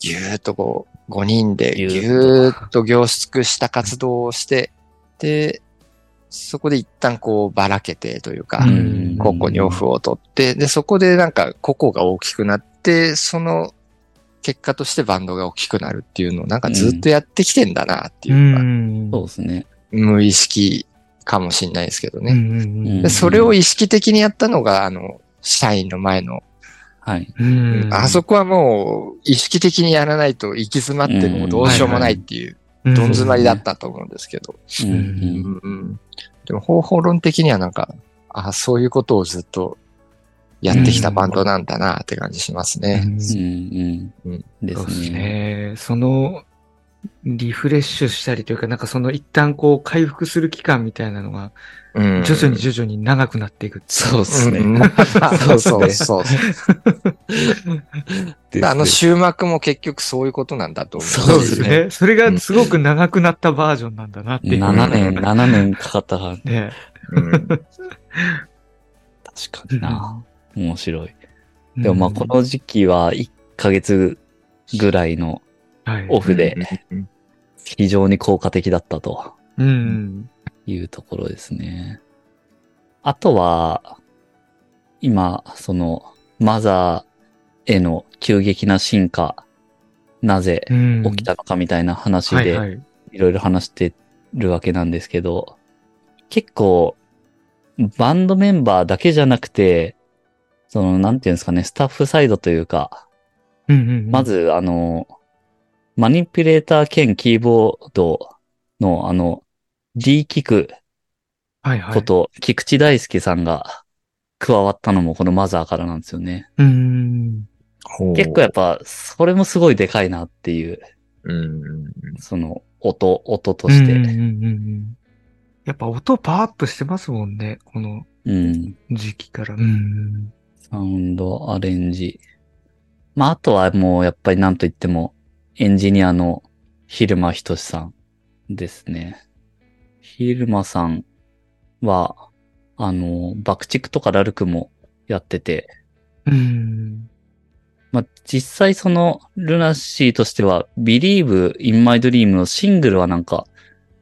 ぎゅーっとこう、5人でぎぎゅゅーーっと凝縮した活動をして、で、そこで一旦こうばらけてというか、うん個々にオフを取って、で、そこでなんか個々が大きくなって、その結果としてバンドが大きくなるっていうのをなんかずっとやってきてんだなっていうか、んそうですね。無意識かもしれないですけどね。うんうんうんうんでそれを意識的にやったのが、あの、社員の前の、はい。うんあそこはもう意識的にやらないと行き詰まってもうどうしようもないっていう、うんどん詰まりだったと思うんですけど。うんうんうんうんでも方法論的にはなんか、あそういうことをずっとやってきたバンドなんだなって感じしますうね。んうそんううんん。でうですすね。ね。その、リフレッシュしたりというか、なんかその一旦こう回復する期間みたいなのが、うん徐々に徐々に長くなっていくっていそうですね。うんそうそうそう。ですねあの終幕も結局そういうことなんだと思う。そうですねそうそれがすごく長くなったバージョンなんだなっていう。 7年、7年かかったから、ね。うん確かにな。面白い。うんでもまあこ、の時期は1ヶ月ぐらいのはいオフでうん非常に効果的だったとうん。いうところですね。あとは、今、その、マザーへの急激な進化、なぜうん起きたのかみたいな話はいはでい。いろいろ話してるわけなんですけど、結構バンドメンバーだけじゃなくて、そのなんていうんですかね、スタッフサイドというか、うんうんま、ずあの、マニピュレーター兼キーボードのあの、D キクはいはい。こと、菊池大輔さんが加わったのもこのマザーからなんですよね。うん。結構やっぱ、それもすごいでかいなっていう、うん。その、音、音として。うんうんうんうんやっぱ音パワーアップしてますもんね、このうん。時期から。うんサウンド、アレンジ。まあ、あとはもう、やっぱりなんといっても、エンジニアの昼間ひとしさんですね。昼間さんは、あの、爆竹とかラルクもやってて、うん。うんまあ、実際その、ルナシーとしては、Believe in My Dream のシングルはなんか、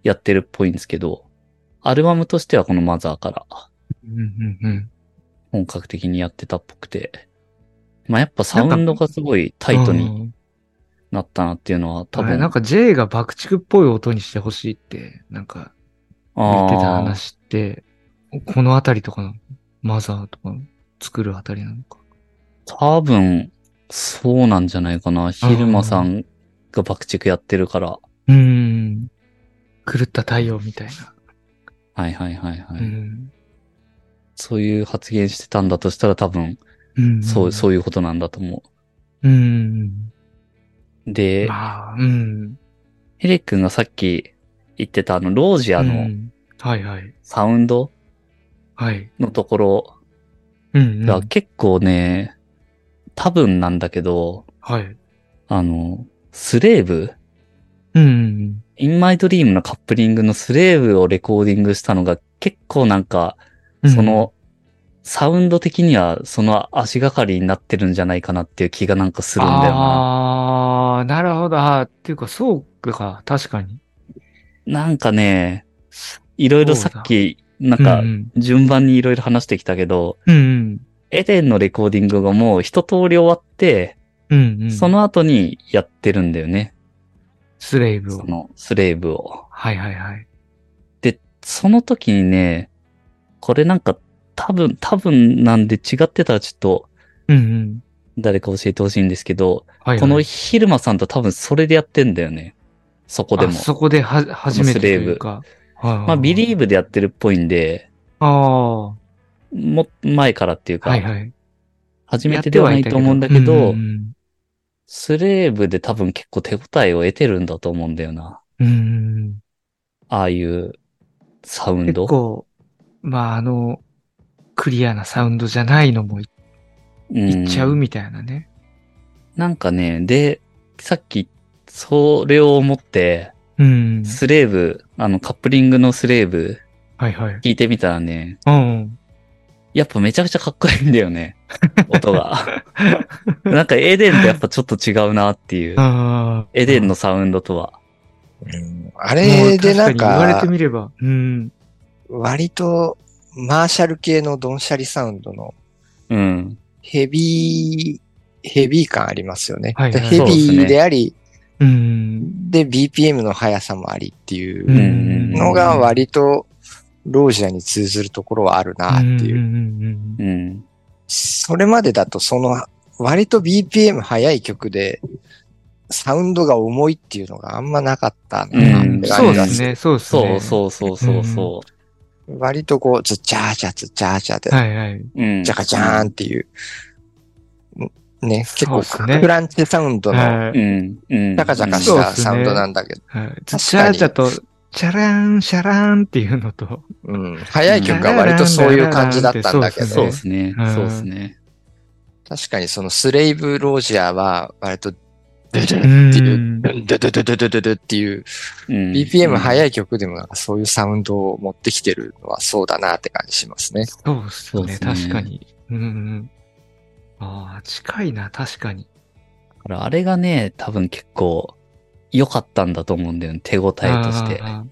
やってるっぽいんですけど、アルバムとしてはこのマザーからうんうん本格的にやってたっぽくて、まあ、やっぱサウンドがすごいタイトにうんなったなっていうのは多あれ分、なんか J が爆竹っぽい音にしてほしいって、なんか言あってたー話って、このあたりとかの、マザーとかの作るあたりなのか。多分、そうなんじゃないかな。昼間さんが爆竹やってるから。うん。狂った太陽みたいな。はいはいはいはい。うんそういう発言してたんだとしたら多分、うんそう、そうういうことなんだと思いう。うん。う。で、まあ、うん。ヘレ君がさっき言ってたあの、ロージアうのんはいはい。サウンドはい。のところうん、うん。が結構ね、多分なんだけど、はい。あの、スレーブうん。インマイドリームのカップリングのスレーブをレコーディングしたのが結構なんか、うんそ、の、サウンド的にはその足がかりになってるんじゃないかなっていう気がなんかするんだよな。ああ、なるほど。ああ、っていうか、そうか、確かに。なんかね、いろいろさっき、なんかう、ん順番にいろいろ話してきたけど、うん。うんエデンのレコーディングがもう一通り終わって、うん。うんうん。そ、の後にやってるんだよね。スレイブそを。のスレーブを。はいはいはい。で、その時にね、これなんか多分、多分なんで違ってたらちょっとうんうん。誰か教えてほしいんですけど、はい、はい。このヒルマさんと多分それでやってんだよね。そこでもあ。そこでは、初めてというか。はいはいまあ、ビリーブ。ブでやってるっぽいんで、ああ、はも、前からっていうか、いはい。初めてではないと思うんだけやっど、てはいたうんスレーブで多分結構手応えを得てるんだと思うんだよな。うんうんうんああいうサウン結ド。構、まああの、クリアなサウンドじゃないのもいうんいっちゃうみたいなね。なんかね、で、さっき、それを思って、うん。スレーブ、あの、カップリングのスレーブ、はいはい。聞いてみたらね、うん。やっぱめちゃくちゃかっこいいんだよ ね。音が。なんかエデンとやっぱちょっと違うなっていう。ああ。エデンのサウンドとは。うんあれでなんもう確に言われかて、みれば。うん。割とマーシャル系のドンシャリサウンドのうん。ヘビー、ヘビー感ありますよね。はいはいヘビーであり、うん。。で BPM の速さもありっていううんのが割とロージアに通ずるところはあるなっていう。んんうんうん。それまでだとその割と BPM 速い曲でサウンドが重いっていうのがあんまなかったなっうんてそ感うじでがすする。ね、そうですそね。うそうそうそうそ割とこう、ズッチャーチャズッチャーチャで、はいはい。う。うん。ジャカジャーンっていう。ね、結そう構っすねクランチサウンドのはうい。ん。うん。ジャカジャカしそうたっすねサウンドなんだけど、はいチャーチャと、チャラン、シャランっていうのと、うん、速い曲が割とそういう感じだったんだけうんど、そうですねう。んそうですね。確かにそのスレイブロージアは割と、ドゥドゥうっていう、んド。ゥドゥドゥドゥドゥドゥドゥっていう、うん。 BPM い。速い曲でもなんかそういうサウンドを持ってきてるのはそうだなって感じしますね。そうっすそうっね、すね確かに。うんうん。ああ、近いな、確かに。だからあれがね、多分結構良かったんだと思うんだよね。手応えとして。ああ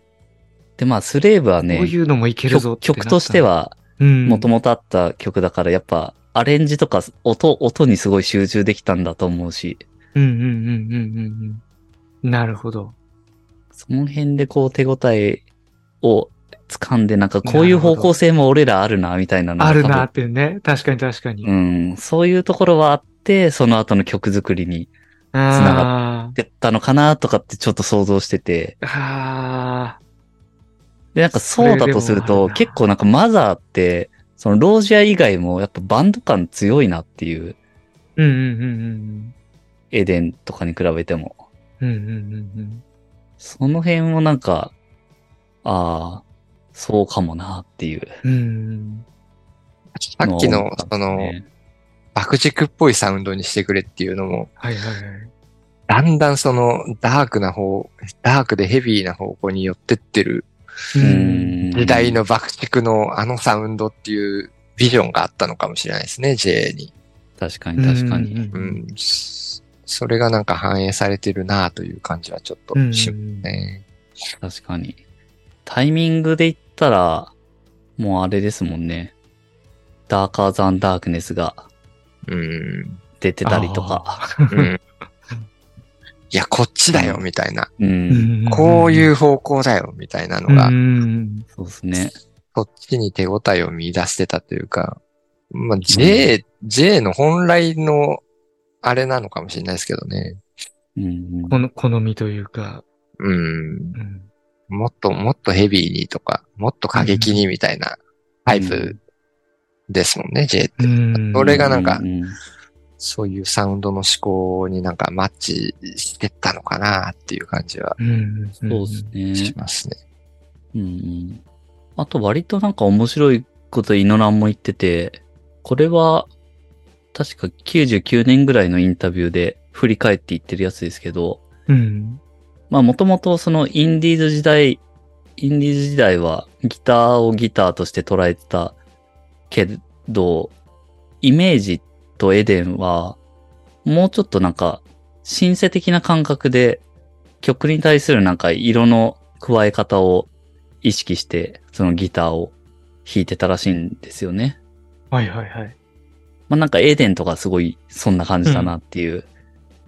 で、まあ、スレーブはねこう、いうのもいけるぞっ曲てなった曲として、は、ももともとあった曲だから、やっぱ、アレンジとか、音、音にすごい集中できたんだと思うし、うんうんうんうんうんうん。なるほど。その辺でこう手応えを掴んで、なんかこういう方向性も俺らあるな、みたいなのがある多分なってね。確かに確かに。うん、そういうところはあって、その後の曲作りにあ出ったのかなとかってちょっと想像してて。あ。ああ。で、なんかそうだとするそれでもあと、るな結構なんかマザーって、そのロージア以外もやっぱバンド感強いなっていううんうんうんエデンとかに比べても。うん。うんうんうんうん。その辺もなんか、ああ、そうかもなっていううんさっきを思たん、のですその、ね爆軸っぽいサウンドにしてくれっていうのも、はいはいはい。だんだんその、ダークな方、ダークでヘビーな方向に寄ってってるう。うんん時代の爆竹のあのサウンドっていうビジョンがあったのかもしれないですね、J に。確かに確かうに。うんん。そそれがなんか反映されてるなという感じはちょっとうん。しますね。確かに。タイミングで言ったら、もうあれですもんね。ダーカーザンダークネスがうん。出てたりとか。うん、いや、こっちだよ、みたいな。う。うんん。こういう方向だよ、みたいなのがう、ん。そうですね。そっちに手応えを見出してたというか、まあ、J、J の本来のあれなのかもしれないですけどね。うん。この、好みというか。うん。うん。もっともっとヘビーにとか、もっと過激にみたいなタイプですもんね、J って。うんそれがなんかううそういうサウンドの思考になんかマッチしてったのかなっていう感じはうん。そうですねし。ますね。うんうん。あと割となんか面白いことイノランも言ってて、これは確か99年ぐらいのインタビューで振り返って言ってるやつですけど、うん。まあもともとそのインディーズ時代、インディーズ時代はギターをギターとして捉えてたけど、イメージとエデンはもうちょっとなんかシンセ的な感覚で曲に対するなんか色の加え方を意識してそのギターを弾いてたらしいんですよね。はいはいはい。まあなんかエーデンとかすごいそんな感じだなっていう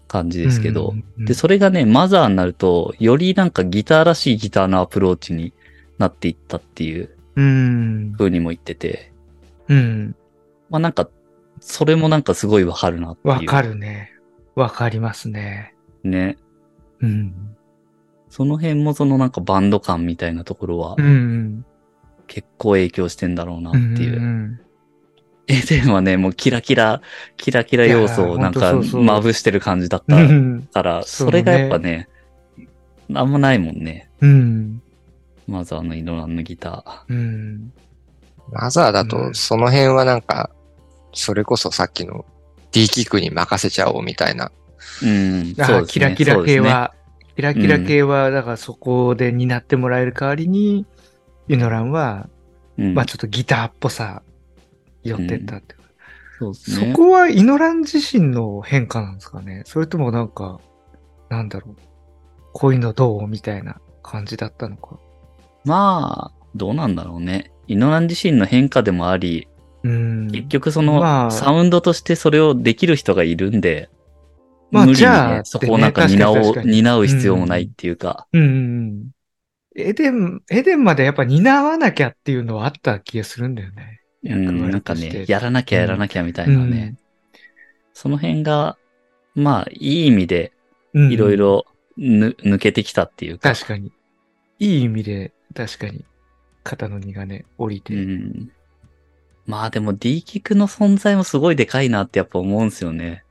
感じですけど、うん。で、それがね、マザーになると、よりなんかギターらしいギターのアプローチになっていったっていううん。風にも言ってて、うん。まあなんか、それもなんかすごいわかるなっていう。わかるね。わかりますね。ね。うん。その辺もそのなんかバンド感みたいなところはうん。結構影響してんだろうなっうん。ていう。ん。エーデンはね、もうキラキラ、キラキラ要素をなんいやかーほんとそうそうまぶしてる感じだっうたん。から、そそうねれがやっぱね、あんまないもんね。うん。マザーのイノランのギタうん。マザーだうとんその辺はなんか、それこそさっきの D キックに任せちゃおうみたいな。ー。うん。あそうですねキラキラ系。は、キラキラ系は、だからそこで担ってもらえる代わりに、ユノランそうは、ですねうんまあちょっとギターっぽさ、寄ってったっていう。そうですそね。こはイノラン自身の変化なんですかねそれともなんか、なんだろう。こういうのどうみたいな感じだったのか。まあ、どうなんだろうね。イノラン自身の変化でもあり、うん。結局そまのあサウンドとしてそれをできる人がいるんで、まあ無理じにゃねあ、そこをなんかってね担お確うかに確かに担う必要もないっていうか、うんうんうん。エデン、エデンまでやっぱ担わなきゃっていうのはあった気がするんだよね。うん役割なんかとしてね、やらなきゃやらなきゃみたいなね。その辺が、まあ、いい意味で、うん。いろい。ろぬ抜けてきたっていうか、確かに。いい意味で、確かに、肩の荷がね、降りて。うん。まあでも D キックの存在もすごいでかいなってやっぱ思うんですよね。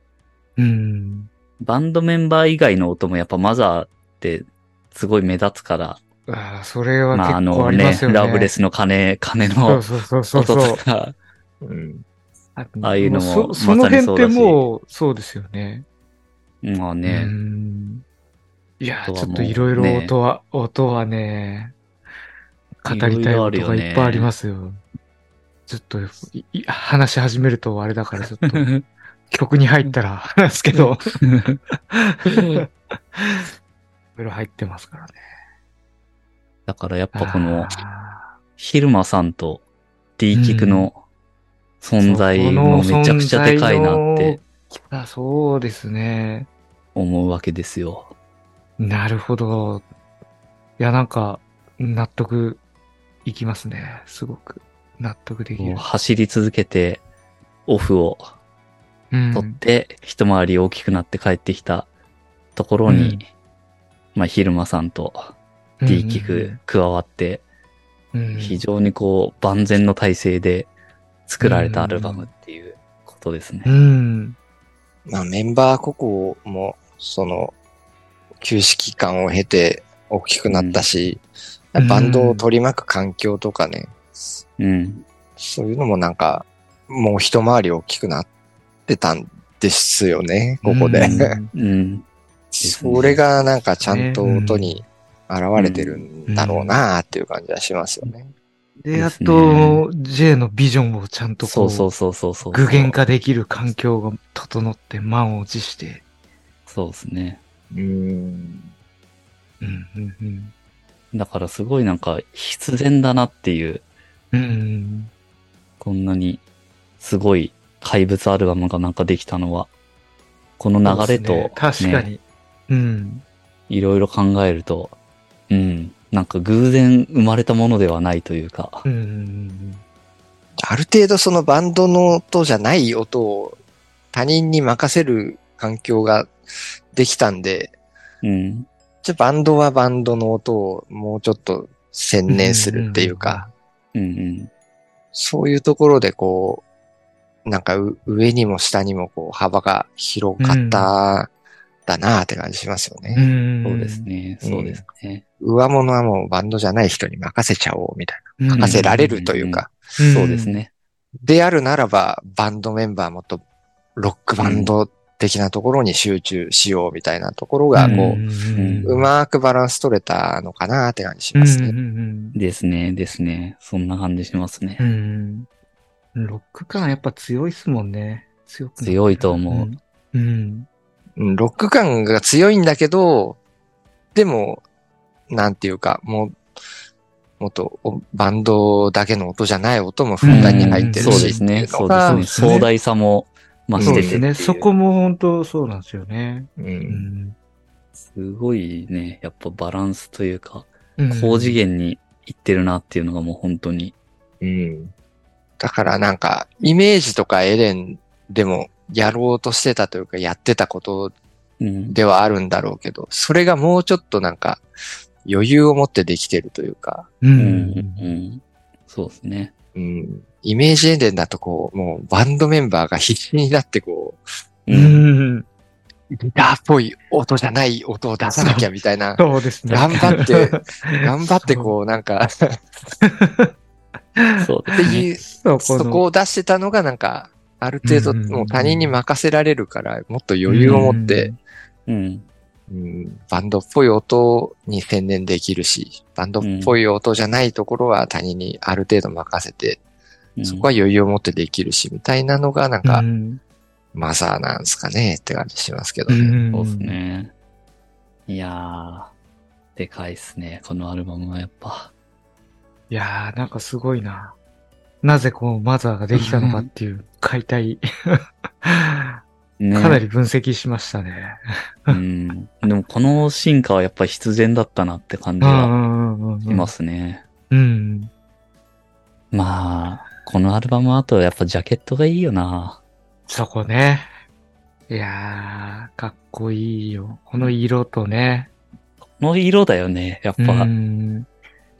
うん。バンドメンバー以外の音もやっぱマザーってすごい目立つから、ああ、それはまああ結構のありますよね。ラブレスの鐘、鐘そうのそうそうそ音うそとう。か、うん。あああいうのもそそのまさに辺そっうてだしもう、そうですよね。まあうね、ん。いあやー、とはちもうょっといろいろね音は、音はね、語いりろいろたいあ音るよがねいっぱいありますよ。ちょっとい、い話し始めるとあれだから、ち ょっと曲に入ったら 話すけど、いろいろ入ってますからね。だからやっぱこのあーヒルマさんと D キックの存在もめちゃくちゃでかいなって。そうこの存在のあそうですね。思うわけですよ。なるほど。いや、なんか、納得いきますね。すごく。納得できもうる。走り続けて、オフをうん取って、一回り大きくなって帰ってきたところに、うんまあ、ヒルマさんと D キク、加わって、うんうんうん非常にこう、万全の体制で作られたアルバムっていうことですね。うん。まあメンバー個々も、その、休止期間を経て大きくなったし、うんバンドを取り巻く環境とかね、うん。そういうのもなんか、もう一回り大きくなってたんですよね、こ こ で。うんうん。すねそれがなんかちゃんと音に現れてるんだろうなっていう感じはしますよね。で、であすねと、J のビジョンをちゃんとこそうそうう、そうそうそう。具現化できる環境が整って満を持して、そうですね。うん。うん、うん、うん。だからすごいなんか必然だなっていう、うんうんこんなにすごい怪物アルバムがなんかできたのは、この流れと、そうですね確かねに。うん。いろいろ考えると、うん、なんか偶然生まれたものではないというかう、んうんうんある程度そのバンドの音じゃない音を他人に任せる環境ができたんで、うん、じゃあバンドはバンドの音をもうちょっと専念するっていうか、うん、うん、そういうところでこう、なんかう上にも下にもこう幅が広かっただなって感じしますよね。うんうん。そうですね、そうですね。上物はもうバンドじゃない人に任せちゃおうみたいうん。な。任せられるというか。うんそうです。ね。であるならば、バンドメンバーもっとロックバンド的なところに集中しようみたいなところが、こんうんう、うまくバランス取れたのかなって感じしうんますね。うんですね、ですね。そんな感じしますねう。んうんロック感やっぱ強いっすもんね。強くなる強いと思う。うん。うん。うんロック感が強いんだけど、でも、なんていうか、もう、もっとおバンドだけの音じゃない音もふんだんに入ってるし、そうですっていね、うのそうがですね。壮大さも増しそうてですて、ね。そこも本当そうなんですよね。うんうん。すごいね、やっぱバランスというか、うん高次元にいってるなっていうのがもう本当に。うん。だからなんか、イメージとかエレンでもやろうとしてたというか、やってたことうん、ではあるんだろうけど、それがもうちょっとなんか、余裕を持ってできてるというか、ううん、ん。うん。そうですね。うん。イメージエレンだとこう、もうバンドメンバーが必死になってこう、うんん。う、ギターっぽい音じゃない音を出さなきゃみたいな、そうですね。頑張って、頑張ってこうなんか、そうですね。って いう、 そう、そのこを出してたのがなんか、ある程度うんうんうんもう他人に任せられるから、もっと余裕を持って、うん、うんバンドっぽい音に専念できるし、バンドっぽい音じゃないところは他人にある程度任せて、うんそこは余裕を持ってできるし、みたいなのがなんうん、か、うんマザーなんですかねって感じしますけどうね。ん。そうですね。いやー、でかいっすね、このアルバムはやっぱ。いやー、なんかすごいな。なぜこう、マザーができたのかっていう解体、 かね、なり分析しましたね。。うん。でもこの進化はやっぱ必然だったなって感じはしますすね。うん。まあ、このアルバムはあとやっぱジャケットがいいよな。そこね。いやー、かっこいいよ。この色とね。この色だよね、やっうぱ、ん。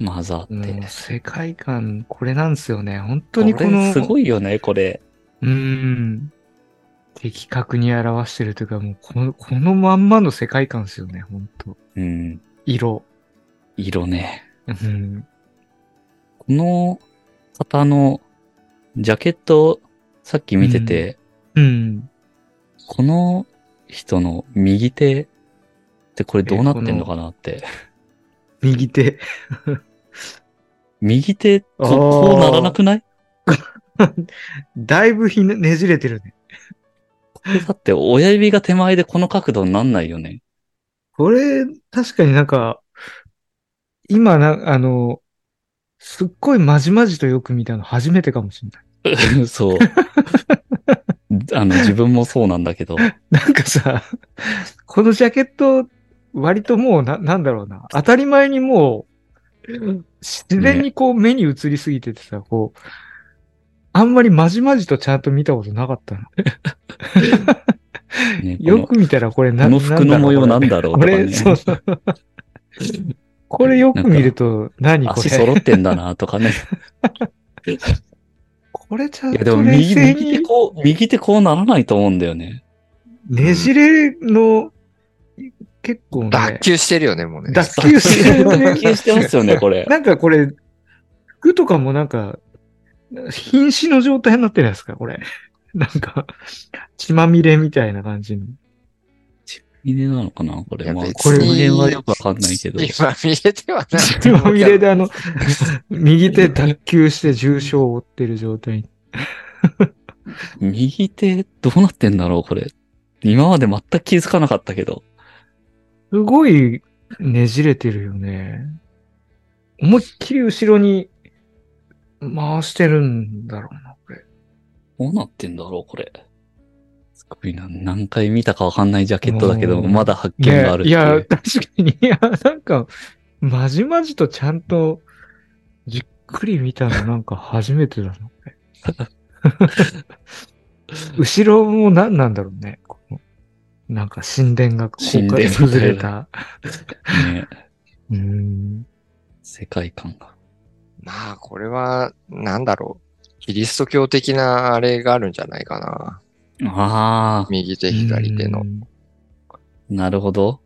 マザーってもう。世界観、これなんですよね。本当にこの、れすごいよね、これ。うん。的確に表してるというか、もうこの、このまんまの世界観ですよね、本当うん。色。色ね。うん。この方のジャケット、さっき見てて、うん。この人の右手ってこれどうなってんのかなって。右手。右手こ、あーこうならなくないだいぶひねねじれてるね。これだって親指が手前でこの角度になんないよね。これ、確かになんか、今な、あの、すっごいまじまじとよく見たの初めてかもしれな い。そう。あの、自分もそうなんだけど。 なんかさ、このジャケット、割ともうな、なんだろうな。当たり前にもう、自然にこう目に映りすぎててさ、こう、あんまりまじまじとちゃんと見たことなかったの。ね、こよのく見たらこれなこの服の模様なんだろうとこかれ、ね。そうそう。これよく見ると、何こ足れ揃ってんだなとか ね。これちゃんいやでもと冷右静右手に。こう、右手こうならないと思うんだよね。ねじれの、結構ね、脱臼してるよね、もうね。脱臼してるね脱臼してますよね、これ。 なんかこれ、服とかもなんか、瀕死の状態になってないですかこれ。 なんか、血まみれみたいな感 じの。犬なのかなこれ。まあ、いや別こにれ辺はよくわかんないけど。今見れてはない。血まみれであの、右手脱臼して重傷を負ってる状態。右手、どうなってんだろうこれ。今まで全く気づかなかったけど。すごいねじれてるよね。思いっきり後ろに回してるんだろうな、これ。どうなってんだろうこれ。すごいな。何回見たかわかんないジャケットだけど、うんまだ発見があるっていいや、う。確かに、いや、なんか、まじまじとちゃんと、じっくり見たのなんか初めてだ な、これ後ろも何なんだろうね。このなんか神殿が、こ神こ殿みからたいな崩れた。ね、うーん。世界観が。まあ、これは、なんだろう。キリスト教的なあれがあるんじゃないかな。ああ、右手、左手うの。んなるほど。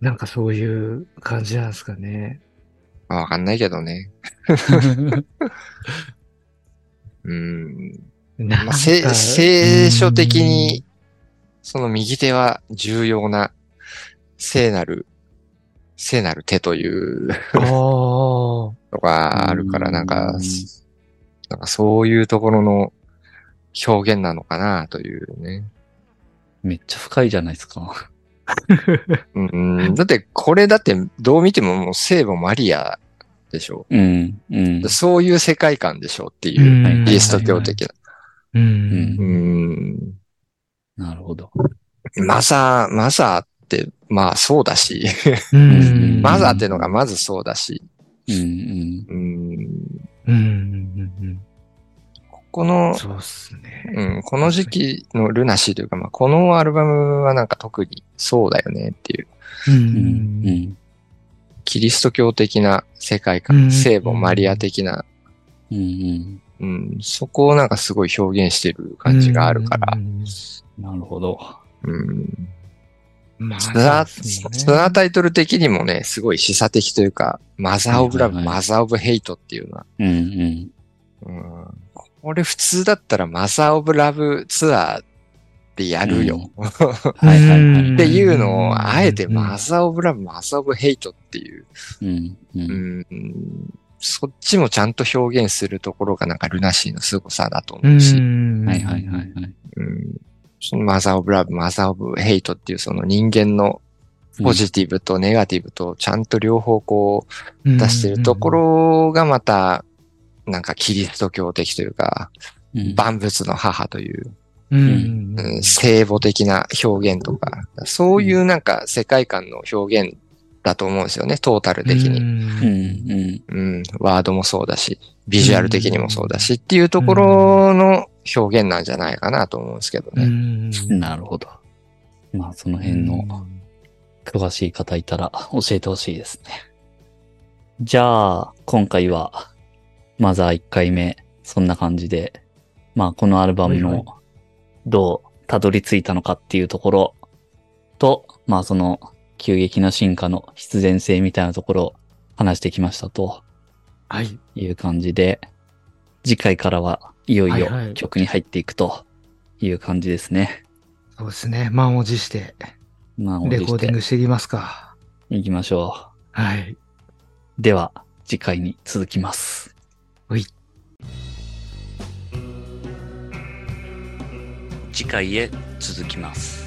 なんかそういう感じなんですかね。まあわかんないけどね。うん。なんまあ、か聖聖書的に、その右手は重要な、聖なる、聖なる手といううんああ。のがあるから、なんうかん、なんかそういうところの表現なのかなというね。 めっちゃ深いじゃないですか。うん、だって、これだって、どう見てももう聖母マリアでしょ。うん、うん。そういう世界観でしょって いう、んキリスト教的な。う。うんうん。なるほど。マザー、マザーって、まあそうだし、うんマザーってのがまずそうだし、うん、うん。うん、うんうんうんここうのん。、そうっすね。うん、この時期のルナシーというか、まあこのアルバムはなんか特にそうだよねっていう、う。うん、うんん。キリスト教的な世界う観、ん聖母マリア的な、うん、うん。うん、そこをなんかすごい表現してる感じがあるからう、ん。なるほど。うん、まあ、そのそうっすそねのタイトル的にもね、すごい示唆的というか、マザーオブラブ、はいはいはいマザーオブヘイトっていうのは、うん、うん。うん、これ普通だったらマザーオブラブツアーでやるよ。はい、はい、はういん。っていうのを、あえてうんマザーオブラブ、マザーオブヘイトっていう、うん、う。うんん、そっちもちゃんと表現するところがなんかルナシーの凄さだとう思うし、ん。はい、はい、はい、はい。うんそのマザーオブラブ、マザーオブヘイトっていうその人間のポジティブとネガティブとちゃんと両方こい。う出してるところがまた、なんかキリスト教的というか、うん万物の母という、うん。う。うんううんん聖母的な表現とか、そういうなんか世界観の表現だと思うんですよね、トータル的うに。ん、に。うん。うん、ワードもそうだし、ビジュアル的にもそうだしっていうところの表現なんじゃないかなと思うんですけどうね。ん。なるほど。まあ、その辺の詳しい方いたら 教えてほしいですね。じゃあ、今回は、マザー1回目、そんな感じで、まあ、このアルバムはいはいの、どうたどり着いたのかっていうところと、まあ、その、急激な進化の必然性みたいなところを話してきましたとはい。いう感じで、次回からはいよいよはいはい曲に入っていくという感じですね。そうですね。満を持して、満を持レコしーディンてグしていきますか。いきましょう。はい。では、次回に続きます。ほい。次回へ続きます。